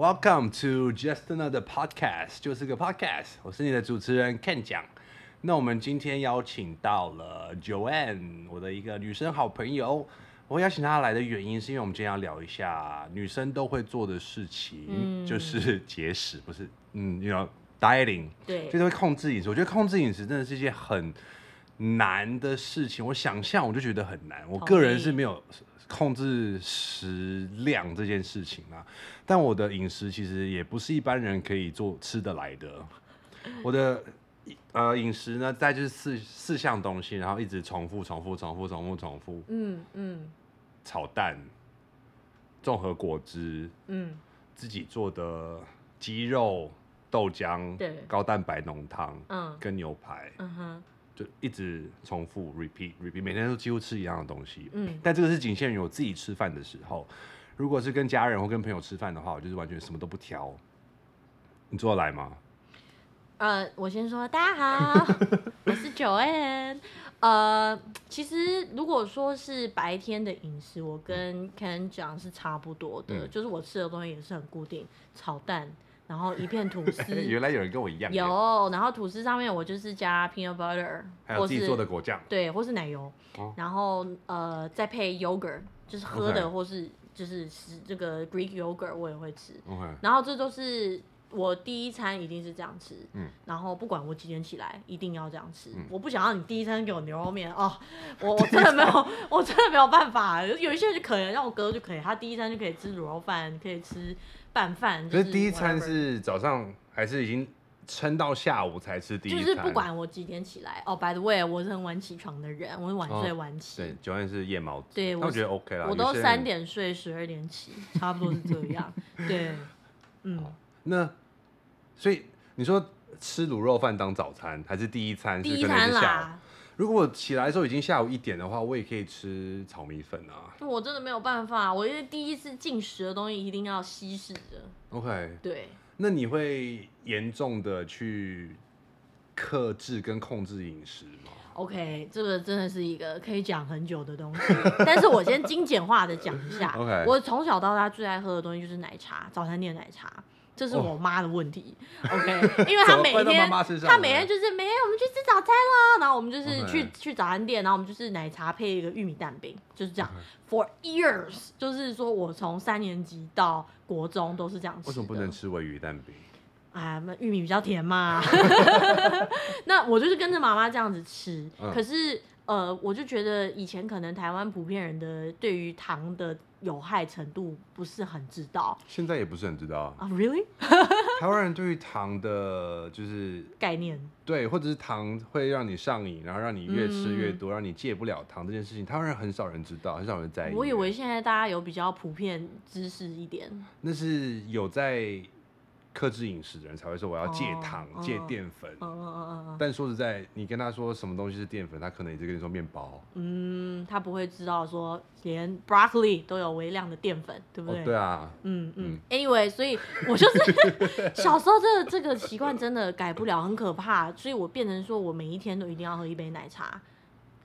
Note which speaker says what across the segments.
Speaker 1: Welcome to Just Another Podcast，就是个 podcast。我是你的主持人 Ken 讲。那我们今天邀请到了 Joanne，我的一个女生好朋友。我邀请她来的原因是因为我们今天要聊一下女生都会做的事情，
Speaker 2: 嗯
Speaker 1: 就是节食，不是嗯，you know dieting，
Speaker 2: 对
Speaker 1: 就是会控制饮食。我觉得控制饮食真的是一件很难的事情，我想象我就觉得很难。我
Speaker 2: 同
Speaker 1: 个人
Speaker 2: 意
Speaker 1: 是没有控制食量这件事情啊，但我的饮食其实也不是一般人可以做吃得来的。 我的呃饮食呢，大概就是四四项东西，然后一直重复、重复、重复、重复、重复，
Speaker 2: 嗯嗯
Speaker 1: 炒蛋、综合果汁、
Speaker 2: 嗯，
Speaker 1: 自己做的鸡肉、豆浆
Speaker 2: 对、
Speaker 1: 高蛋白浓汤，
Speaker 2: 嗯
Speaker 1: 跟牛排。
Speaker 2: 嗯哼，
Speaker 1: 就一直重复 repeat repeat，每天都几乎吃一样的东西。
Speaker 2: 嗯
Speaker 1: 但这个是仅限于我自己吃饭的时候，如果是跟家人或跟朋友吃饭的话，我就是完全什么都不挑。你做得来吗？
Speaker 2: 呃，我先说大家 好，我是九 N。呃，其实如果说是白天的饮食，我跟 Ken 讲是差不多的，
Speaker 1: 嗯
Speaker 2: 就是我吃的东西也是很固定，炒蛋，然后一片吐 司，
Speaker 1: 原 来有人跟我一样耶，
Speaker 2: 有，然后吐司上面我就是加 peanut butter，
Speaker 1: 还有
Speaker 2: 或
Speaker 1: 自己做的
Speaker 2: 是
Speaker 1: 果酱。
Speaker 2: 对，或是奶油，
Speaker 1: 哦
Speaker 2: 然后呃再配 yogurt，就是喝
Speaker 1: OK
Speaker 2: 的或是就是吃这个 Greek yogurt 我也会吃，
Speaker 1: OK，
Speaker 2: 然后这都是我第一餐一定是这样吃，
Speaker 1: 嗯
Speaker 2: 然后不管我几点起来，一定要这样吃。
Speaker 1: 嗯
Speaker 2: 我不想要你第一餐给我牛肉面 哦，我我真的没有， 我真的没有办法。有一些人就可能让我哥就可以，他第一餐就可以吃卤肉饭，可以吃拌饭。
Speaker 1: 所以
Speaker 2: 就
Speaker 1: 第一餐
Speaker 2: whatever
Speaker 1: 是早上还是已经撑到下午才吃第一餐？
Speaker 2: 就是不管我几点起来哦，by the way，我是很晚起床的人，我是晚睡
Speaker 1: 哦
Speaker 2: 晚起。
Speaker 1: 对，九点是夜猫子，
Speaker 2: 对
Speaker 1: 那
Speaker 2: 我
Speaker 1: 我觉得 OK 啦。
Speaker 2: 我
Speaker 1: 有
Speaker 2: 都
Speaker 1: 些人
Speaker 2: 三。点睡，十二点起，差不多是这 样。对，嗯，
Speaker 1: 那所以你说吃卤肉饭当早餐，还是第一餐？
Speaker 2: 第一
Speaker 1: 可能
Speaker 2: 餐
Speaker 1: 是下午
Speaker 2: 啦，
Speaker 1: 如果我起来的时候已经下午一点的话，我也可以吃炒米粉啊。
Speaker 2: 我真的没有办法，我因为第一次进食的东西一定要稀释的。
Speaker 1: OK，
Speaker 2: 对，
Speaker 1: 那你会严重的去克制跟控制饮食吗？
Speaker 2: OK，这个真的是一个可以讲很久的东西， 但是我先精简化的讲一下。
Speaker 1: OK
Speaker 2: 我从小到大最爱喝的东西就是奶茶，早餐店奶茶。这是我妈的 问题、o k 因为她
Speaker 1: 哦怎么
Speaker 2: 每
Speaker 1: 怪到
Speaker 2: 天
Speaker 1: 妈妈身上
Speaker 2: 她
Speaker 1: 了
Speaker 2: 每天就是没有，我们去吃早餐啦，然后我们就是去
Speaker 1: OK
Speaker 2: 去早餐店，然后我们就是奶茶配一个玉米蛋饼，就是这样。For years，就是说我从三年级到国中都是这样吃的。
Speaker 1: 为什么不能吃尾鱼蛋饼？
Speaker 2: 啊，那玉米比较甜嘛。那我就是跟着妈妈这样子吃，
Speaker 1: 嗯
Speaker 2: 可是呃，我就觉得以前可能台湾普遍人的对于糖的有害程度不是很知道
Speaker 1: 现在也不是很知道啊。
Speaker 2: 啊，really
Speaker 1: 台湾人对于糖的，就是
Speaker 2: 概念
Speaker 1: 对，或者是糖会让你上瘾，然后让你越吃越
Speaker 2: 嗯
Speaker 1: 多，让你戒不了糖这件事情，台湾人很少人知道，很少人在意。
Speaker 2: 我以为现在大家有比较普遍知识一点，
Speaker 1: 那是有在克制饮食的人才会说我要戒
Speaker 2: 哦
Speaker 1: 糖、
Speaker 2: 哦
Speaker 1: 戒淀粉。
Speaker 2: 嗯嗯嗯嗯嗯
Speaker 1: 但说实在，你跟他说什么东西是淀粉，他可能也就跟你说面包。
Speaker 2: 嗯，他不会知道说连 broccoli 都有微量的淀粉，对不
Speaker 1: 哦，对啊，
Speaker 2: 嗯嗯
Speaker 1: 嗯
Speaker 2: ，anyway，所以我就是 小时候这个这个习惯真的改不了，很可怕，所以我变成说我每一天都一定要喝一杯奶茶。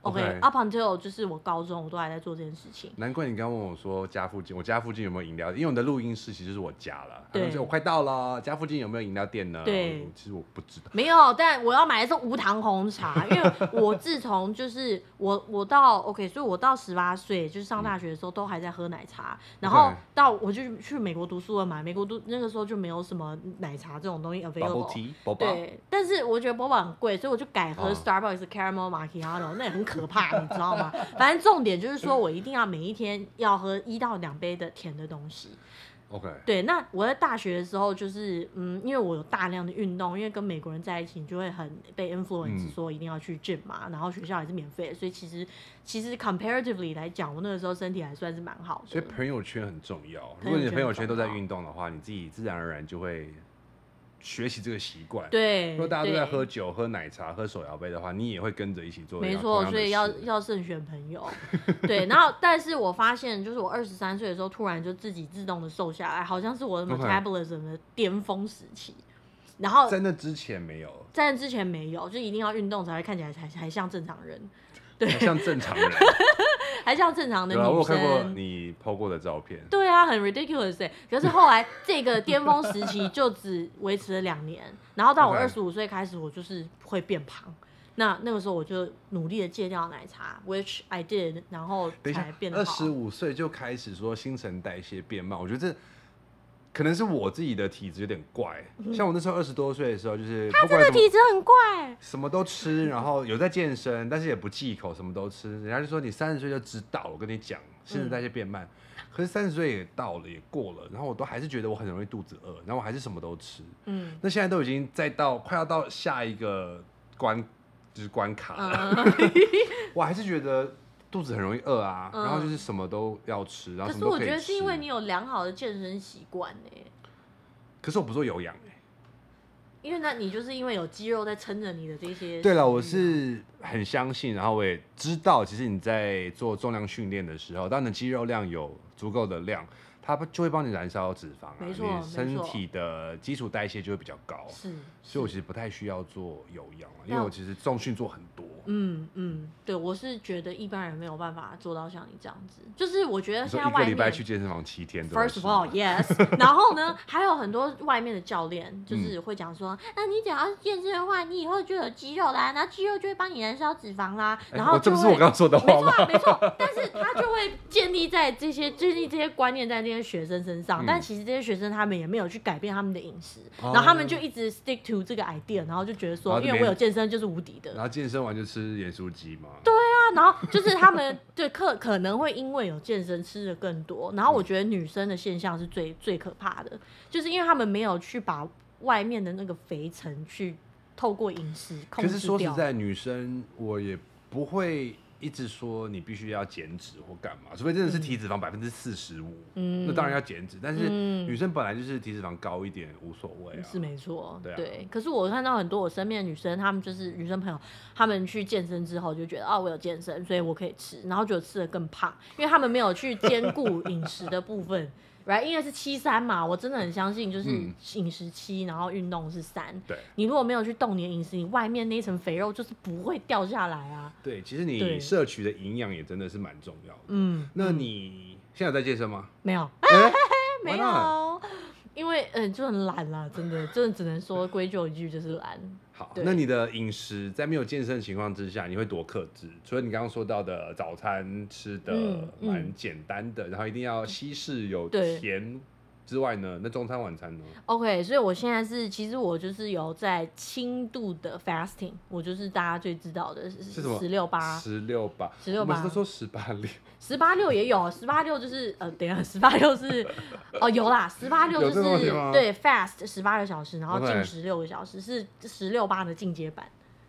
Speaker 1: OK
Speaker 2: OK，up、until 就是我高中我都还在做这件事情。
Speaker 1: 难怪你刚问我说家附近，我家附近有没有饮料？因为我的录音室其实是我家了。
Speaker 2: 对
Speaker 1: 他说我快到了，家附近有没有饮料店呢？
Speaker 2: 对
Speaker 1: 我其实我不知道。
Speaker 2: 没有，但我要买的是无糖红 茶，因为我自从就是我我到 OK，所以我到十八岁就是上大学的时候都还在喝奶茶，然后
Speaker 1: 嗯 OK
Speaker 2: 到我就去美国读书了嘛，美国读那个时候就没有什么奶茶这种东西
Speaker 1: Bubble
Speaker 2: available，
Speaker 1: tea，宝宝，
Speaker 2: 哦对，但是我觉得 boba 很贵，所以我就改喝
Speaker 1: 嗯
Speaker 2: Starbucks 的 caramel macchiato，、那也很可怕，你知道吗？ 反正重点就是说我一定要每一天要喝一到两杯的甜的东西。
Speaker 1: OK，
Speaker 2: 对，那我在大学的时候就是，嗯，因为我有大量的运动，因为跟美国人在一起，你就会很被 influence，
Speaker 1: 嗯
Speaker 2: 说一定要去 gym 嘛，然后学校也是免费的，所以其实其实 comparatively 来讲，我那个时候身体还算是蛮好
Speaker 1: 所
Speaker 2: 的
Speaker 1: 以。朋友圈很重要。如
Speaker 2: 朋友圈
Speaker 1: 果你的朋友圈
Speaker 2: 很
Speaker 1: 都
Speaker 2: 重
Speaker 1: 在
Speaker 2: 要
Speaker 1: 运动的话，你自己自然而然就会学习这个习惯。
Speaker 2: 对，
Speaker 1: 如果大家都
Speaker 2: 对
Speaker 1: 在喝酒、喝奶茶、喝手摇杯的话，你也会跟着一起做一
Speaker 2: 没
Speaker 1: 样同
Speaker 2: 错，
Speaker 1: 样的事。
Speaker 2: 所以要要慎选朋友。对，然后但是我发现，就是我二十三岁的时候，突然就自己自动的瘦下来，好像是我的
Speaker 1: OK
Speaker 2: metabolism 的巅峰时期。然后
Speaker 1: 在那之前没有，
Speaker 2: 在那之前 没有，就一定要运动才会看起来才才像正常人。对，
Speaker 1: 像正常人。
Speaker 2: 还像正常的
Speaker 1: 对啊，我有
Speaker 2: 女
Speaker 1: 看过
Speaker 2: 生。
Speaker 1: 你 PO 过的照片，
Speaker 2: 对啊，很 ridiculous 哎、可是后来这个巅峰时期就只维持了两年，然后到我
Speaker 1: OK
Speaker 2: 二十五岁开始，我就是会变胖。那那个时候我就努力的戒掉奶茶，which I did，然后
Speaker 1: 等一下
Speaker 2: 才变，得
Speaker 1: 二
Speaker 2: 好。
Speaker 1: 十五岁就开始说新陈代谢变慢，我觉得这可能是我自己的体质有点怪。
Speaker 2: 嗯
Speaker 1: 像我那时候二十多岁的时候，就是不管
Speaker 2: 这
Speaker 1: 什
Speaker 2: 个体
Speaker 1: 么
Speaker 2: 质很怪，
Speaker 1: 什么都吃，然后有在健身，但是也不忌口，什么都吃。人家就说你三十岁就知道，我跟你讲，新陈代谢变慢。
Speaker 2: 嗯
Speaker 1: 可是三十岁也到了，也过了，然后我都还是觉得我很容易肚子饿，然后我还是什么都吃。
Speaker 2: 嗯，
Speaker 1: 那现在都已经再到快要到下一个关，就是关卡了。
Speaker 2: 嗯
Speaker 1: 我还是觉得肚子很容易饿啊，
Speaker 2: 嗯
Speaker 1: 然后就是什么都要吃， 然后
Speaker 2: 可
Speaker 1: 什
Speaker 2: 是
Speaker 1: 么都
Speaker 2: 我
Speaker 1: 可以吃。
Speaker 2: 觉得是因为你，有良好的健身习惯哎，
Speaker 1: 可是我不做有氧、欸。
Speaker 2: 因为那你就是因为有肌肉在撑着你的这些。
Speaker 1: 对了，我是很相信，然后我也知道，其实你在做重量训练的时候，当你的肌肉量有足够的量，它就会帮你燃烧脂肪啊，
Speaker 2: 没
Speaker 1: 你
Speaker 2: 错没
Speaker 1: 身
Speaker 2: 错
Speaker 1: 体的基础代谢就会比较高。
Speaker 2: 是，
Speaker 1: 所以我
Speaker 2: 是
Speaker 1: 其实不太需要做有氧啊，因
Speaker 2: 那
Speaker 1: 为我其实重训做很多。
Speaker 2: 嗯嗯，对，我是觉得一般人没有办法做到像你这样子，就是我觉得
Speaker 1: 你说
Speaker 2: 现在
Speaker 1: 一个
Speaker 2: 外
Speaker 1: 礼
Speaker 2: 面
Speaker 1: 拜去健身房七天都
Speaker 2: First
Speaker 1: 是
Speaker 2: of all, yes 。 然后呢，还有很多外面的教练
Speaker 1: 嗯
Speaker 2: 就是会讲说，那、你只要健身的话，你以后就有肌肉啦，然后肌肉就会帮你燃烧脂肪啦，
Speaker 1: 哎
Speaker 2: 然后
Speaker 1: 我这
Speaker 2: 就
Speaker 1: 不
Speaker 2: 会。
Speaker 1: 是我刚刚 说的
Speaker 2: 没
Speaker 1: 话
Speaker 2: 错
Speaker 1: 吗？
Speaker 2: 啊，没错，但是他就会建立在这些建立这些观念在这些学生身上，
Speaker 1: 嗯
Speaker 2: 但其实这些学生他们也没有去改变他们的饮食，
Speaker 1: 哦
Speaker 2: 然后他们就一直 stick to 这个 idea，然后就觉得
Speaker 1: 然
Speaker 2: 说，
Speaker 1: 后就啊
Speaker 2: 因为我有健身就是无敌的，
Speaker 1: 然后健身完就吃盐酥鸡嘛。
Speaker 2: 啊，然后就是他们对可可能会因为有健身吃的更多，然后我觉得女生的现象是最最可怕的，就是因为他们没有去把外面的那个肥层去透过饮食
Speaker 1: 可
Speaker 2: 控制
Speaker 1: 是说实
Speaker 2: 掉。
Speaker 1: 在，女生我也不会一直说你必须要减脂或干嘛，除非真的是体脂肪百分之四十五，
Speaker 2: 嗯
Speaker 1: 那当然要减脂。但是
Speaker 2: 嗯
Speaker 1: 女生本来就是体脂肪高一点无所谓啊，
Speaker 2: 是没错，
Speaker 1: 对啊
Speaker 2: 可是我看到很多我身边的女生，她们就是女生朋友，她们去健身之后就觉得，哦，我有健身，所以我可以吃，然后就吃的更胖，因为她们没有去 兼顾饮食的部分。right，因为是七三嘛，我真的很相信，就是
Speaker 1: 嗯
Speaker 2: 饮食七，然后运动是三。
Speaker 1: 对
Speaker 2: 你如果没有去动你的饮食，你外面那一层肥肉就是不会掉下来啊。
Speaker 1: 对，其实
Speaker 2: 对
Speaker 1: 你摄取的营养也真的是蛮重要的。
Speaker 2: 嗯，
Speaker 1: 那你现在有在健身吗？
Speaker 2: 没有，
Speaker 1: 哎
Speaker 2: 没
Speaker 1: why not？
Speaker 2: 有，因为嗯、呃就很懒啦，真的，真的只能说归咎一句就是懒。
Speaker 1: 好，
Speaker 2: 对
Speaker 1: 那你的饮食在没有健身的情况之下，你会多克制？除了你刚刚说到的早餐吃的
Speaker 2: 嗯嗯
Speaker 1: 蛮简单的，然后一定要西式有
Speaker 2: 对
Speaker 1: 甜之外呢，那中餐晚餐呢？
Speaker 2: OK，所以我现在是，其实我就是有在轻度的 fasting，我就是大家最知道的
Speaker 1: 是
Speaker 2: 是
Speaker 1: 什么
Speaker 2: 十六八、
Speaker 1: 十六八，
Speaker 2: 16
Speaker 1: 我
Speaker 2: 吧
Speaker 1: 们都说十八六，
Speaker 2: 十八六也有，十八六就是呃，等一下，十八六是哦有啦，十八六
Speaker 1: 有
Speaker 2: 就
Speaker 1: 这个东西
Speaker 2: 是
Speaker 1: 吗
Speaker 2: 对 fast 十八个小时，然后
Speaker 1: OK
Speaker 2: 进十六个小时是十六八的进阶版。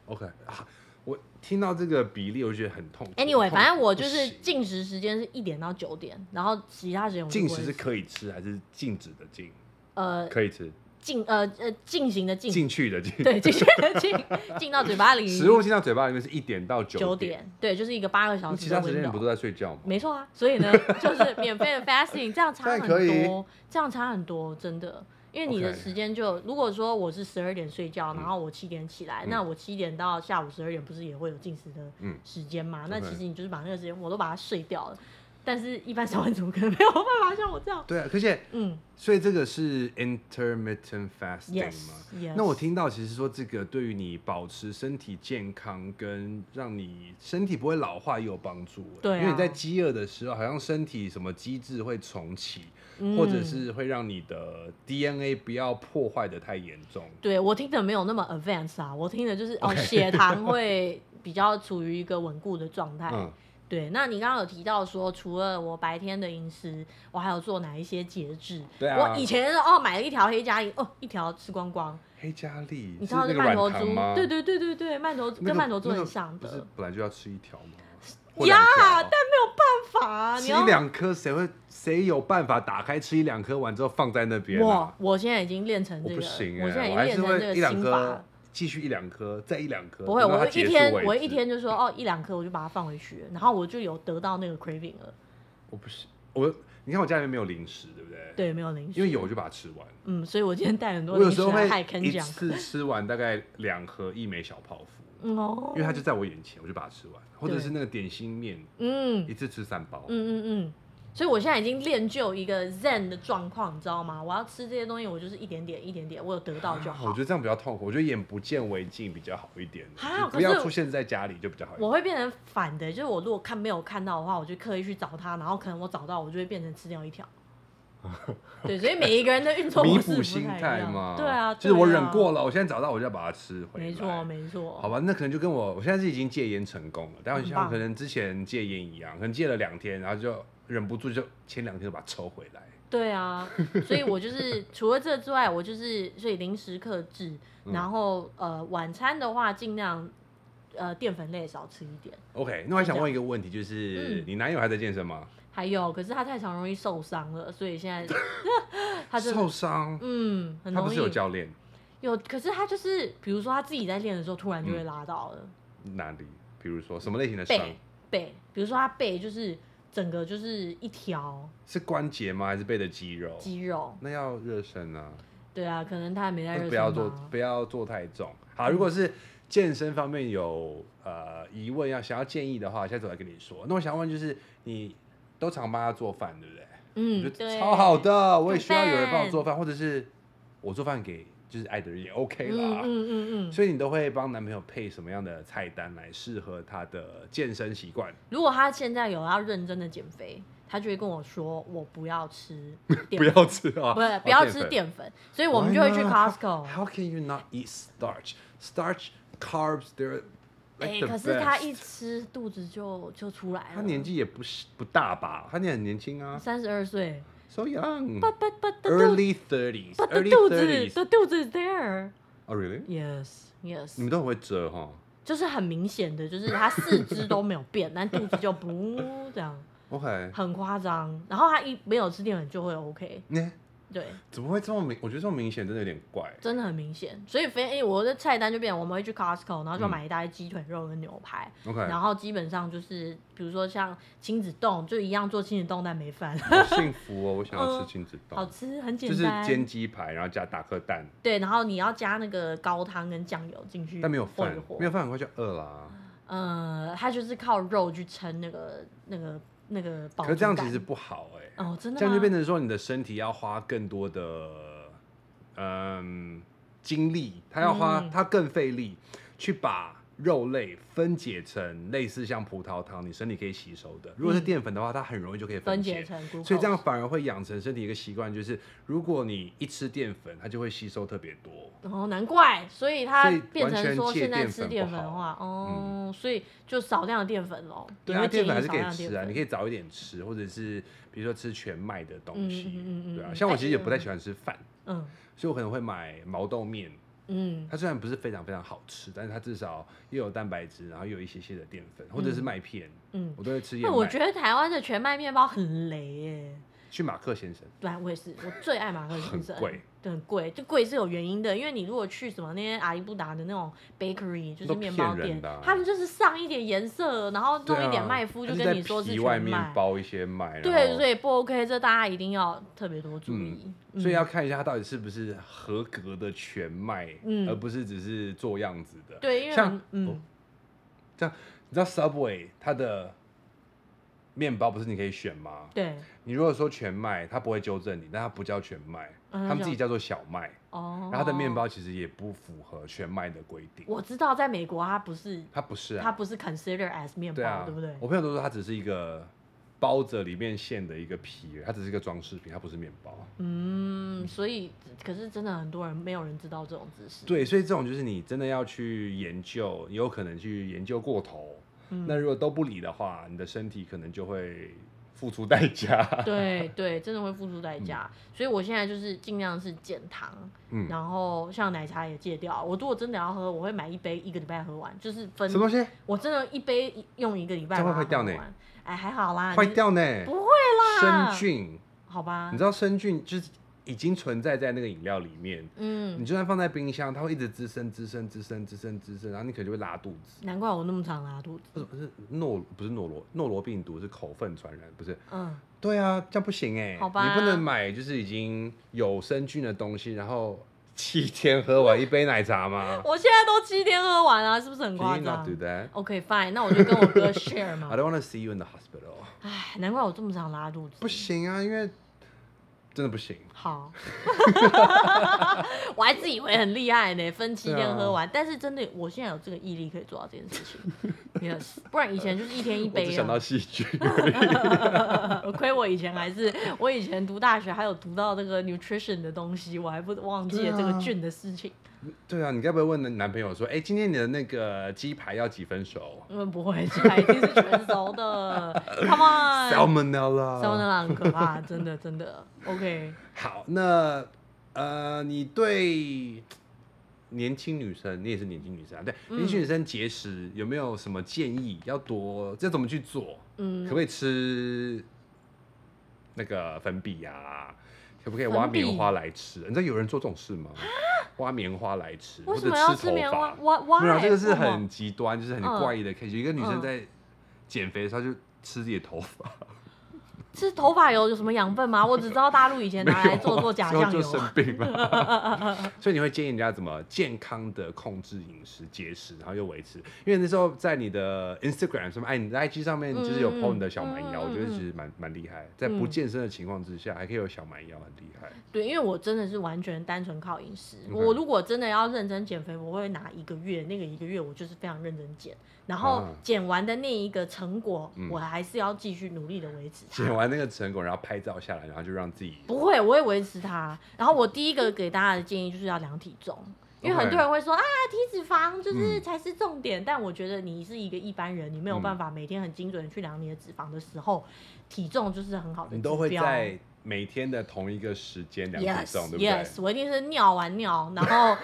Speaker 1: OK 啊，我听到这个比例，我就觉得很痛苦。痛
Speaker 2: Anyway，
Speaker 1: 苦
Speaker 2: 反正我就
Speaker 1: 不
Speaker 2: 是
Speaker 1: 行
Speaker 2: 进食时间是一点到九点，然后其他时间我就
Speaker 1: 进
Speaker 2: 不
Speaker 1: 食
Speaker 2: 会
Speaker 1: 是
Speaker 2: 吃
Speaker 1: 可以吃还是禁止的禁？
Speaker 2: 呃
Speaker 1: 可以吃，
Speaker 2: 进呃呃进行的进，
Speaker 1: 进去的进。
Speaker 2: 对进行的进进到嘴巴里
Speaker 1: 食物进到嘴巴里面是一点到
Speaker 2: 九
Speaker 1: 九点，
Speaker 2: 点，对，就是一个八个小
Speaker 1: 那
Speaker 2: 时。
Speaker 1: 其他时间你不都在睡觉吗？
Speaker 2: 没错啊，所以 呢，就是免费的 fasting，这样差很
Speaker 1: 这样可以
Speaker 2: 多，这样差很多，真的。因为你的
Speaker 1: OK
Speaker 2: 时间就如果说我是十二点睡觉，然后我七点起来，
Speaker 1: 嗯
Speaker 2: 那我七点到下午十二点不是也会有进食的
Speaker 1: 嗯
Speaker 2: 时间嘛？那
Speaker 1: OK
Speaker 2: 其实你就是把那个时间我都把它睡掉了，但是一般小孩怎么可能没有办法像我这样？
Speaker 1: 对啊，而且
Speaker 2: 嗯
Speaker 1: 所以这个是 intermittent fasting
Speaker 2: ，yes
Speaker 1: 吗？
Speaker 2: yes。
Speaker 1: 啊那我听到其实说这个对于你保持身体健康跟让你身体不会老化也有帮助欸，
Speaker 2: 对啊
Speaker 1: 因为你在饥饿的时候，好像身体什么机制会重启，
Speaker 2: 嗯
Speaker 1: 或者是会让你的 DNA 不要破坏的太严重。
Speaker 2: 对我听的没有那么 advanced 啊，我听的就是哦，血糖会比较处于一个稳固的状态。
Speaker 1: 嗯，
Speaker 2: 对，那你刚刚有提到说，除了我白天的饮食，我还有做哪一些节制？
Speaker 1: 对啊
Speaker 2: 我以前哦买了一条黑加里，哦一条吃光光，
Speaker 1: 黑加力
Speaker 2: 你
Speaker 1: 是
Speaker 2: 知道
Speaker 1: 那个
Speaker 2: 是曼
Speaker 1: 软
Speaker 2: 头
Speaker 1: 糖
Speaker 2: 猪
Speaker 1: 吗？？
Speaker 2: 对对对对对，曼头、
Speaker 1: 那个，
Speaker 2: 跟曼头猪
Speaker 1: 那
Speaker 2: 很
Speaker 1: 个
Speaker 2: 像
Speaker 1: 不是
Speaker 2: 的。
Speaker 1: 本来就要吃一条吗？或
Speaker 2: 呀
Speaker 1: 两条，
Speaker 2: 但没有办法啊！你
Speaker 1: 吃
Speaker 2: 要
Speaker 1: 一两颗谁会谁有办法打开吃一两颗完之后放在那边、
Speaker 2: 我
Speaker 1: 啊？
Speaker 2: 我现在已经练成
Speaker 1: 我
Speaker 2: 这个，
Speaker 1: 不行、欸，
Speaker 2: 现在已
Speaker 1: 我
Speaker 2: 经
Speaker 1: 还
Speaker 2: 练
Speaker 1: 是
Speaker 2: 成这
Speaker 1: 会
Speaker 2: 个
Speaker 1: 一两
Speaker 2: 心
Speaker 1: 颗
Speaker 2: 法。，
Speaker 1: 继续一两颗，再一两颗，
Speaker 2: 不会，
Speaker 1: 等到
Speaker 2: 我
Speaker 1: 它
Speaker 2: 会
Speaker 1: 结
Speaker 2: 一
Speaker 1: 束
Speaker 2: 天
Speaker 1: 为
Speaker 2: 我会
Speaker 1: 止
Speaker 2: 一天就说哦一两颗我就把它放回去，然后我就有得到那个 craving 了。
Speaker 1: 我不行，我你看我家里面没有零食，对不对？，
Speaker 2: 对，没有零食，
Speaker 1: 因为有我就把它吃完。
Speaker 2: 嗯，所以我今天带很多
Speaker 1: 我有
Speaker 2: 零
Speaker 1: 时
Speaker 2: 食
Speaker 1: 候
Speaker 2: 来
Speaker 1: 会
Speaker 2: 害坑
Speaker 1: 一
Speaker 2: 讲。
Speaker 1: 次吃完大概两盒一枚小泡芙，
Speaker 2: 嗯哦，
Speaker 1: 因为它就在我眼前，我就把它吃完，或者
Speaker 2: 对
Speaker 1: 是那个点心面，
Speaker 2: 嗯
Speaker 1: 一次吃三包
Speaker 2: 嗯，嗯嗯，所以我现在已经练就一个 Zen 的状况，你知道吗？我要吃这些东西，我就是一点点一点点，我有得到就
Speaker 1: 啊我
Speaker 2: 好
Speaker 1: 觉。得这样比较痛苦，我觉得眼不见为净比较好一点，
Speaker 2: 啊
Speaker 1: 就
Speaker 2: 可
Speaker 1: 不要
Speaker 2: 是
Speaker 1: 出现在家里就比较好一点。
Speaker 2: 我会变成反的，就是我如果看没有看到的话，我就刻意去找它，然后可能我找到，我就会变成吃掉一 条。对，所以每一个人的运作
Speaker 1: 弥
Speaker 2: 模式
Speaker 1: 补
Speaker 2: 不
Speaker 1: 心
Speaker 2: 太一
Speaker 1: 态
Speaker 2: 样
Speaker 1: 嘛，
Speaker 2: 对啊，
Speaker 1: 就是我
Speaker 2: 对
Speaker 1: 忍
Speaker 2: 啊
Speaker 1: 过了，我现在找到我就要把它吃回来。
Speaker 2: 没错，没错。
Speaker 1: 好吧，那可能就跟我我现在是已经戒烟成功了，但我
Speaker 2: 很
Speaker 1: 像
Speaker 2: 棒
Speaker 1: 可能之前戒烟一样，可能戒了两天，然后就忍不住就前两天就把它抽回来。
Speaker 2: 对啊，所以我就是除了这之外，我就是所以零食克制，
Speaker 1: 嗯
Speaker 2: 然后呃晚餐的话尽量呃淀粉类少吃一点，
Speaker 1: OK，那我还想问一个问题，就是、
Speaker 2: 啊嗯
Speaker 1: 你男友还在健身吗？
Speaker 2: 还有可是他太常容易受伤了，所以 现在 他真的
Speaker 1: 受伤，
Speaker 2: 嗯很
Speaker 1: 他不
Speaker 2: 容
Speaker 1: 是
Speaker 2: 易
Speaker 1: 有教练
Speaker 2: 有可是他就是比如说他自己在练的时候突然就会拉到了、
Speaker 1: 哪里？比如说什么类型的嗯伤？
Speaker 2: 背背，比如说他背就是整个就是一条
Speaker 1: 是关节吗？还是背的肌肉？
Speaker 2: 肌肉，
Speaker 1: 那要热身啊，
Speaker 2: 对啊，可能他还没在热
Speaker 1: 不要
Speaker 2: 身嗯
Speaker 1: 做
Speaker 2: 吧
Speaker 1: 不要做太重。好，如果是健身方面有呃疑问要想要建议的话，下次我来跟你说。那我想问就是你都常帮他做饭，对不对？我
Speaker 2: 嗯
Speaker 1: 觉得
Speaker 2: 对，
Speaker 1: 超好的，我也
Speaker 2: 煮
Speaker 1: 需要有人帮我
Speaker 2: 饭
Speaker 1: 做饭，或者是我做饭给就是爱的人也 OK
Speaker 2: 嗯
Speaker 1: 啦。
Speaker 2: 嗯嗯嗯。
Speaker 1: 所以你都会帮男朋友配什么样的菜单来适合他的健身习惯？
Speaker 2: 如果他现在有要认真的减肥，他就会跟我说：“我不 要吃淀
Speaker 1: 不
Speaker 2: 粉，
Speaker 1: 要吃啊，
Speaker 2: 不
Speaker 1: 哦
Speaker 2: 不要吃。淀粉。”所以我们就会去 Costco。
Speaker 1: How can you not eat starch? Starch, carbs, they're
Speaker 2: 哎、
Speaker 1: like the
Speaker 2: 可是他
Speaker 1: best
Speaker 2: 一吃肚子就就出来了。
Speaker 1: 他年纪也不是不大吧，他也很年轻啊
Speaker 2: 三十二岁，
Speaker 1: ，so young。
Speaker 2: but but but 的肚
Speaker 1: 嗯 Early thirties,
Speaker 2: but 的
Speaker 1: early
Speaker 2: 肚子
Speaker 1: thirties.
Speaker 2: 的肚子 is there。
Speaker 1: 哦，really？
Speaker 2: Yes
Speaker 1: 你
Speaker 2: yes，
Speaker 1: 们都很会折哈。
Speaker 2: 就是很明显的，就是他四肢都没有变，但肚子就不这样，
Speaker 1: OK，
Speaker 2: 很夸张。然后他一没有吃淀粉就会 OK，
Speaker 1: 那、
Speaker 2: 对。
Speaker 1: 怎么会这么明？我觉得这么明显真的有点怪。
Speaker 2: 真的很明显，所以非、欸、我的菜单就变，我们会去 Costco，然后
Speaker 1: 嗯
Speaker 2: 就买一大堆鸡腿肉跟牛排，
Speaker 1: OK，
Speaker 2: 然后基本上就是比如说像亲子冻，就一样做亲子冻但没饭，
Speaker 1: 好幸福哦，我想要吃亲子冻，
Speaker 2: 嗯好吃很
Speaker 1: 就
Speaker 2: 简
Speaker 1: 是
Speaker 2: 单，
Speaker 1: 煎鸡排，然后加打颗蛋，
Speaker 2: 对，然后你要加那个高汤跟酱油进去，
Speaker 1: 但没有
Speaker 2: 和一
Speaker 1: 饭
Speaker 2: 和，
Speaker 1: 没有饭很快就饿啊啦、
Speaker 2: 呃，它就是靠肉去撑那个那个那个饱
Speaker 1: 可是
Speaker 2: 足感。
Speaker 1: 这样其实不好哎、
Speaker 2: 哦，真的
Speaker 1: 这样就变
Speaker 2: 成
Speaker 1: 成说你的身体要花更多的嗯精力，它要花、
Speaker 2: 嗯
Speaker 1: 它更费力去把肉类分解成类似像葡萄糖你身体可以吸收的。如果是
Speaker 2: 嗯
Speaker 1: 淀粉的话，它很容易就可以
Speaker 2: 分
Speaker 1: 解
Speaker 2: 解。成 glucose，
Speaker 1: 所以这样反而会养成身体一个习惯，就是如果你一吃淀粉，它就会吸收特别多。
Speaker 2: 哦，难怪，所以它
Speaker 1: 所以
Speaker 2: 变
Speaker 1: 完
Speaker 2: 成
Speaker 1: 全
Speaker 2: 说
Speaker 1: 戒
Speaker 2: 现在
Speaker 1: 淀
Speaker 2: 吃
Speaker 1: 粉
Speaker 2: 淀
Speaker 1: 不
Speaker 2: 粉的
Speaker 1: 好嗯
Speaker 2: 话，哦，所以就少量的淀粉咯。
Speaker 1: 对
Speaker 2: 你
Speaker 1: 啊，
Speaker 2: 会
Speaker 1: 淀粉
Speaker 2: 建
Speaker 1: 还
Speaker 2: 议
Speaker 1: 是
Speaker 2: 少
Speaker 1: 可以
Speaker 2: 量淀
Speaker 1: 吃啊，
Speaker 2: 粉。
Speaker 1: 你可以早一点吃，或者是比如说吃全麦的东西，
Speaker 2: 嗯嗯嗯嗯
Speaker 1: 对啊。
Speaker 2: 嗯
Speaker 1: 像我
Speaker 2: 哎
Speaker 1: 其实也不太
Speaker 2: 嗯
Speaker 1: 喜欢吃饭，
Speaker 2: 嗯
Speaker 1: 所以我可能会买毛豆面，
Speaker 2: 嗯
Speaker 1: 它虽然不是非常非常好吃，但是它至少又有蛋白质，然后又有一些些的淀粉，或者是麦片，
Speaker 2: 嗯。
Speaker 1: 我都会吃燕
Speaker 2: 那
Speaker 1: 麦。
Speaker 2: 我觉得台湾的全麦面包很雷耶。
Speaker 1: 去马克先生，
Speaker 2: 对，啊我也是，我最爱马克先生。
Speaker 1: 很贵，
Speaker 2: 对，很贵，就贵是有原因的，因为你如果去什么那些阿里不达的那种 bakery，就是
Speaker 1: 都
Speaker 2: 面
Speaker 1: 骗
Speaker 2: 包
Speaker 1: 人
Speaker 2: 店
Speaker 1: 的啊，
Speaker 2: 他们就是上一点颜色，然后弄
Speaker 1: 对
Speaker 2: 一点
Speaker 1: 啊
Speaker 2: 麦麸，
Speaker 1: 它
Speaker 2: 就是跟你
Speaker 1: 在
Speaker 2: 说是
Speaker 1: 皮
Speaker 2: 全
Speaker 1: 外面
Speaker 2: 麦。
Speaker 1: 包一些麦，
Speaker 2: 对，所
Speaker 1: 以
Speaker 2: 以不 OK，这大家一定要特别多注意。嗯
Speaker 1: 所以要看一下它到底是不是合格的全麦，
Speaker 2: 嗯
Speaker 1: 而不是只是做样子的。
Speaker 2: 对，因为
Speaker 1: 像
Speaker 2: 很嗯。
Speaker 1: 哦这样，你知道 Subway 它的面包不是你可以选吗？
Speaker 2: 对，
Speaker 1: 你如果说全麦，它不会纠正你，但它不叫全麦，
Speaker 2: 嗯它
Speaker 1: 他们
Speaker 2: 叫
Speaker 1: 自己叫做小麦。
Speaker 2: 哦
Speaker 1: 然，后它的面，包其实也不符合全麦的规定，
Speaker 2: 我知道，在美国它不是，
Speaker 1: 它不是
Speaker 2: 它
Speaker 1: 啊，
Speaker 2: 不是 consider as 面包，
Speaker 1: 对啊，
Speaker 2: 不对？
Speaker 1: 我朋友都说它只是一个包着里面馅的一个皮，它只是一个装饰品，它不是面包。啊
Speaker 2: 嗯，所以可是真的很多人没有人知道这种知识。
Speaker 1: 对，所以这种就是你真的要去研究，你有可能去研究过头。
Speaker 2: 嗯
Speaker 1: 那如果都不理的话，你的身体可能就会付出代价。
Speaker 2: 对对，真的会付出代价。所以我现在就是尽量是减糖，
Speaker 1: 嗯，
Speaker 2: 然后像奶茶也戒掉。我如果真的要喝，我会买一杯，一个礼拜喝完，就是分
Speaker 1: 什么。东西
Speaker 2: 我真的一杯一用一个礼拜
Speaker 1: 这样
Speaker 2: 把
Speaker 1: 会
Speaker 2: 它
Speaker 1: 坏掉
Speaker 2: 喝
Speaker 1: 呢
Speaker 2: 完。哎，还好啦，
Speaker 1: 坏
Speaker 2: 你
Speaker 1: 掉呢？
Speaker 2: 不会啦，
Speaker 1: 生菌，
Speaker 2: 好吧
Speaker 1: 你？知道生菌就是已经存在在那个饮料里面，
Speaker 2: 嗯，
Speaker 1: 你就算放在冰箱，它会一直滋生、滋生、滋生、滋生、滋生，然后你可能就会拉肚子。
Speaker 2: 难怪我那么常拉肚
Speaker 1: 不
Speaker 2: 子。
Speaker 1: 是不是诺不是诺罗诺罗病毒是口粪传染，不是？
Speaker 2: 嗯，
Speaker 1: 对啊，这样不行哎、
Speaker 2: 好吧
Speaker 1: 你不能买就是已经有生菌的东西，然后七天喝完一杯奶茶 吗
Speaker 2: 我现在都七天喝完啊，是不是
Speaker 1: Can
Speaker 2: 很夸
Speaker 1: you not
Speaker 2: 张
Speaker 1: do that?
Speaker 2: ？OK fine，那我就跟我哥 share
Speaker 1: I
Speaker 2: 嘛。
Speaker 1: don't want to see you in the hospital.
Speaker 2: 唉，难怪我这么常拉肚子。
Speaker 1: 不行啊，因为真的不行。
Speaker 2: 好， 我还自以为很厉害呢，分七天喝完。
Speaker 1: 啊
Speaker 2: 但是真的，我现在有这个毅力可以做到这件事 情。yes，不然以前就是一天一
Speaker 1: 我只
Speaker 2: 杯
Speaker 1: 想到
Speaker 2: 啊。
Speaker 1: 细菌。
Speaker 2: 亏我以前还是我以前读大学还有读到那个 nutrition 的东西，我还不忘记
Speaker 1: 对
Speaker 2: 了
Speaker 1: 啊
Speaker 2: 这个菌的事情。
Speaker 1: 对啊，你该不会问你男朋友说，哎、今天你的那个鸡排要几分熟
Speaker 2: 因为不会，鸡排一定是全熟的。Come
Speaker 1: 嗯
Speaker 2: on，
Speaker 1: ？Salmonella。
Speaker 2: 烧那很可怕，真的真的。OK，
Speaker 1: 好，那呃，你对年轻女生，你也是年轻女生啊？对，
Speaker 2: 嗯
Speaker 1: 年轻女生节食有没有什么建议？要多要怎么去做？可不
Speaker 2: 嗯，
Speaker 1: 可以吃那个粉笔呀、可不可以
Speaker 2: 粉
Speaker 1: 挖棉
Speaker 2: 笔
Speaker 1: 花来吃？你知道有人做这种事吗？挖棉花来吃，或
Speaker 2: 为
Speaker 1: 者
Speaker 2: 什么要吃
Speaker 1: 头
Speaker 2: 棉花
Speaker 1: 发？？
Speaker 2: 哇哇，
Speaker 1: 没有，啊这个是
Speaker 2: 为什么
Speaker 1: 很极端，就是很
Speaker 2: 嗯
Speaker 1: 怪异的 case。有一个女生
Speaker 2: 嗯
Speaker 1: 在减肥的时候她就吃自己的头发，
Speaker 2: 是头发油有什么养 分吗？我只知道大陆以前拿
Speaker 1: 没有
Speaker 2: 来做
Speaker 1: 啊
Speaker 2: 做假
Speaker 1: 之后
Speaker 2: 酱
Speaker 1: 就
Speaker 2: 油
Speaker 1: 生。病了。 所以你会建议人家怎么健康的控制饮食、节食，然后又维持？因为那时候在你的 Instagram 上面，哎，你的 IG 上面就是有
Speaker 2: 嗯嗯
Speaker 1: PO 你的小蛮腰，
Speaker 2: 嗯嗯
Speaker 1: 我觉得
Speaker 2: 嗯
Speaker 1: 其实蛮蛮厉害，在不健身的情况之下，还可以有小蛮腰，很厉害。
Speaker 2: 对，因为我真的是完全单纯靠饮食。
Speaker 1: OK
Speaker 2: 我如果真的要认真减肥，我会拿一个月，那个一个月我就是非常认真减，然后
Speaker 1: 啊
Speaker 2: 减完的那一个成果，
Speaker 1: 嗯
Speaker 2: 我还是要继续努力的维持它。
Speaker 1: 减完那个成果，然后拍照下来，然后就让自己
Speaker 2: 不会，我会维持它。然后我第一个给大家的建议就是要量体重，因为
Speaker 1: OK
Speaker 2: 很多人会说啊，体脂肪就是
Speaker 1: 嗯
Speaker 2: 才是重点。但我觉得你是一个一般人，你没有
Speaker 1: 嗯
Speaker 2: 办法每天很精准的去量你的脂肪的时候，体重就是很好的指标。
Speaker 1: 你都会在每天的同一个时间量体
Speaker 2: Yes,
Speaker 1: 重，对不对
Speaker 2: yes，我一定是尿完尿，然后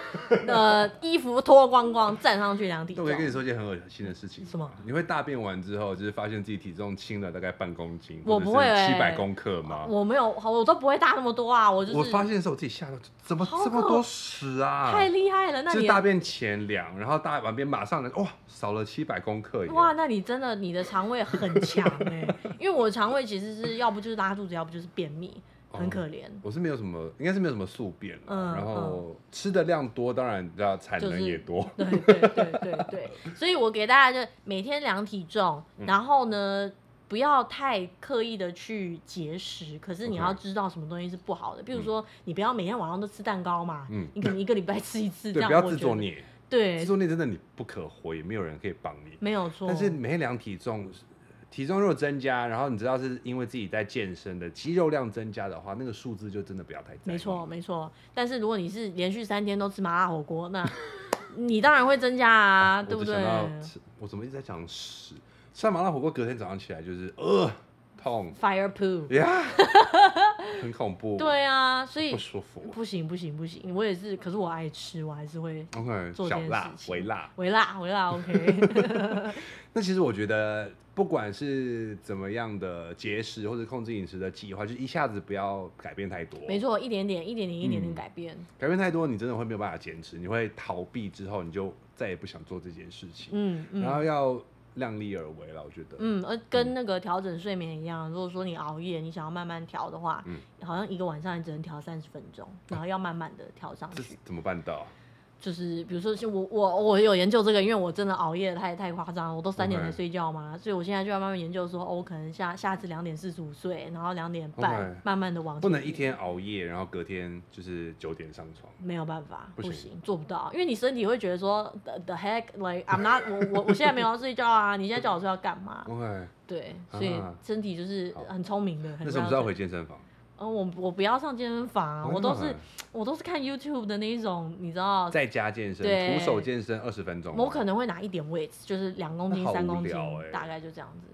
Speaker 2: 呃衣服脱光光站上去量体
Speaker 1: 那
Speaker 2: 重
Speaker 1: 我可以。跟你说一件很恶心的事情，
Speaker 2: 什么？
Speaker 1: 你会大便完之后，就是发现自己体重轻了大概半公斤，
Speaker 2: 我不会
Speaker 1: 七百
Speaker 2: 欸
Speaker 1: 公克吗？
Speaker 2: 我没有，我都不会大那么多啊，我就是
Speaker 1: 我发现的时候，我自己吓到，怎么
Speaker 2: 好
Speaker 1: 这么
Speaker 2: 可
Speaker 1: 多屎啊？
Speaker 2: 太厉害了。那
Speaker 1: 就是
Speaker 2: 你
Speaker 1: 大便前量，然后大完便马上来，哇，少了七百公克耶！
Speaker 2: 哇，那你真的你的肠胃很强哎、因为我的肠胃其实是要不就是拉肚子，要不就是便秘，
Speaker 1: 哦
Speaker 2: 很可怜。
Speaker 1: 我是没有什么，应该是没有什么宿便啦
Speaker 2: 嗯
Speaker 1: 然后吃的量多，当然你知道产
Speaker 2: 就
Speaker 1: 能
Speaker 2: 是
Speaker 1: 也多。
Speaker 2: 对对对对对，所以我给大家就每天量体重，
Speaker 1: 嗯
Speaker 2: 然后呢。不要太刻意的去节食，可是你
Speaker 1: OK
Speaker 2: 要知道什么东西是不好的。比如说，你不要每天晚上都吃蛋糕嘛，
Speaker 1: 嗯
Speaker 2: 你可能一个礼拜吃一次，这
Speaker 1: 对，
Speaker 2: 样
Speaker 1: 不要
Speaker 2: 我
Speaker 1: 自
Speaker 2: 觉
Speaker 1: 作
Speaker 2: 得。
Speaker 1: 孽，自
Speaker 2: 对，
Speaker 1: 作孽真的你不可活，也没有人可以帮你。
Speaker 2: 没有错。
Speaker 1: 但是每天量体重，体重如果增加，然后你知道是因为自己在健身的肌肉量增加的话，那个数字就真的不要太在意。
Speaker 2: 没错，没错。但是如果你是连续三天都吃麻辣火锅，那你当然会增加啊，对
Speaker 1: 我
Speaker 2: 不
Speaker 1: 只
Speaker 2: 对
Speaker 1: 想？到吃，我怎么一直在讲屎？吃完麻辣火锅隔天早上起来就是呃痛
Speaker 2: Fire poo，
Speaker 1: 呀，很恐怖，，
Speaker 2: 对啊，所以
Speaker 1: 不舒服。
Speaker 2: 不行不行不行，我也是，可是我爱吃，我还是会
Speaker 1: OK，
Speaker 2: 做
Speaker 1: 小
Speaker 2: 这件
Speaker 1: 辣
Speaker 2: 事情
Speaker 1: 微辣。
Speaker 2: 微辣微辣 OK，
Speaker 1: 那其实我觉得，不管是怎么样的节食或者控制饮食的计划，就一下子不要改变太多。
Speaker 2: 没错，一点点一点点一点点
Speaker 1: 嗯
Speaker 2: 改变，
Speaker 1: 改变太多，你真的会没有办法坚持，你会逃避之后，你就再也不想做这件事情。
Speaker 2: 嗯嗯。
Speaker 1: 然后要量力而为了，我觉得。
Speaker 2: 嗯，呃，跟那个调整睡眠一样，如果说你熬夜，你想要慢慢调的话，
Speaker 1: 嗯哦
Speaker 2: 好像一个晚上你只能调三十分钟，然后要慢慢的调上
Speaker 1: 这
Speaker 2: 去。
Speaker 1: 怎么办到？
Speaker 2: 就是比如说，像我我我有研究这个，因为我真的熬夜得太太夸张了，我都三点
Speaker 1: OK
Speaker 2: 才睡觉嘛所以我现在就要慢慢研究说，哦，我可能下下次两点四十五睡，然后两点半
Speaker 1: OK
Speaker 2: 慢慢的往前
Speaker 1: 不能一天熬夜，然后隔天就是九点上床。
Speaker 2: 没有办法，
Speaker 1: 不
Speaker 2: 不
Speaker 1: 行
Speaker 2: 行做不到，因为你身体会觉得说，the the heck like I'm not 我我我现在没有要睡觉啊， 你现在叫我睡觉干嘛？
Speaker 1: OK，
Speaker 2: 对，所以
Speaker 1: 啊
Speaker 2: 身体就是
Speaker 1: 好
Speaker 2: 很聪明的，很
Speaker 1: 那什么
Speaker 2: 了
Speaker 1: 时候
Speaker 2: 解
Speaker 1: 回健身房？哦
Speaker 2: 嗯，我我不要上健身房啊、我都是我都是看 YouTube 的那一种，你知道，
Speaker 1: 在家健身，
Speaker 2: 对
Speaker 1: 徒手健身二十分钟。
Speaker 2: 我可能会拿一点 weight，就是两公斤
Speaker 1: 那好、
Speaker 2: 三
Speaker 1: 无
Speaker 2: 公斤
Speaker 1: 聊欸，
Speaker 2: 大概就这样子。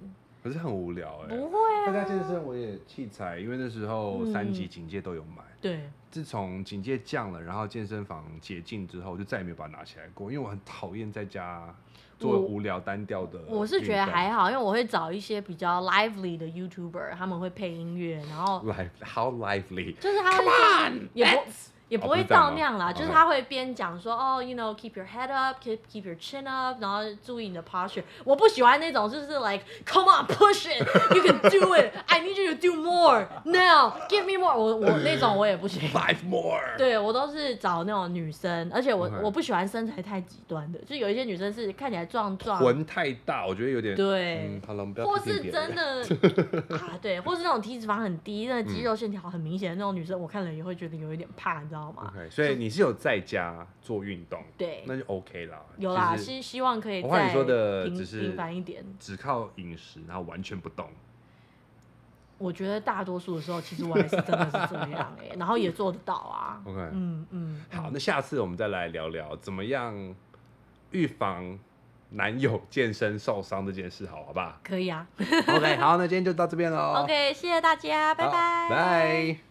Speaker 1: 可是很无聊哎、
Speaker 2: 不会
Speaker 1: 在
Speaker 2: 啊，
Speaker 1: 家健身我也器材，因为那时候
Speaker 2: 嗯
Speaker 1: 三级警戒都有买。
Speaker 2: 对，
Speaker 1: 自从警戒降了，然后健身房解禁之后，我就再也没有把它拿起来过，因为我很讨厌在家做
Speaker 2: 我
Speaker 1: 无聊单调呃的运动。
Speaker 2: 我是觉得还好，因为我会找一些比较 lively 的 YouTuber，他们会配音乐，然后
Speaker 1: live how lively。
Speaker 2: 就是他们也不也不会
Speaker 1: 哦不是这样
Speaker 2: 到
Speaker 1: 吗
Speaker 2: 那样啦，就是
Speaker 1: OK
Speaker 2: 他会边讲说哦，you know keep your head up，keep keep your chin up，然后注意你的 posture。我不喜欢那种就是 like come on push it，you can do it，I need you to do more now，give me more 我。我那种我也不行。
Speaker 1: Five more。
Speaker 2: 对我都是找那种女生，而且我
Speaker 1: OK
Speaker 2: 我不喜欢身材太极端的，就有一些女生是看起来壮壮，
Speaker 1: 魂太大，我觉得有点。
Speaker 2: 啊对，
Speaker 1: 嗯，好了，我们不要
Speaker 2: 或
Speaker 1: 批评
Speaker 2: 是
Speaker 1: 别人
Speaker 2: 真的 啊，对，或是那种体脂肪很低、那肌肉线条很明显的那种女生，我看了也会觉得有一点怕，你知道吗？
Speaker 1: OK，所以你是有在家做运动，
Speaker 2: 啊对，
Speaker 1: 嗯那就 OK 啦。
Speaker 2: 有啦，
Speaker 1: 其实
Speaker 2: 希希望可以
Speaker 1: 我看
Speaker 2: 再
Speaker 1: 你说的
Speaker 2: 平
Speaker 1: 只是
Speaker 2: 平凡一点。
Speaker 1: 只靠饮食，然后完全不动。
Speaker 2: 我觉得大多数的时候，其实我还是真的是这样哎、然后也做得 到啊。
Speaker 1: OK
Speaker 2: 嗯嗯，嗯
Speaker 1: 好，那下次我们再来聊聊怎么样预防男友健身受伤这件事，好好吧
Speaker 2: 可以啊。
Speaker 1: ？OK，好，那今天就到这边喽。
Speaker 2: OK，谢谢大家，拜
Speaker 1: 好
Speaker 2: 拜，
Speaker 1: 拜。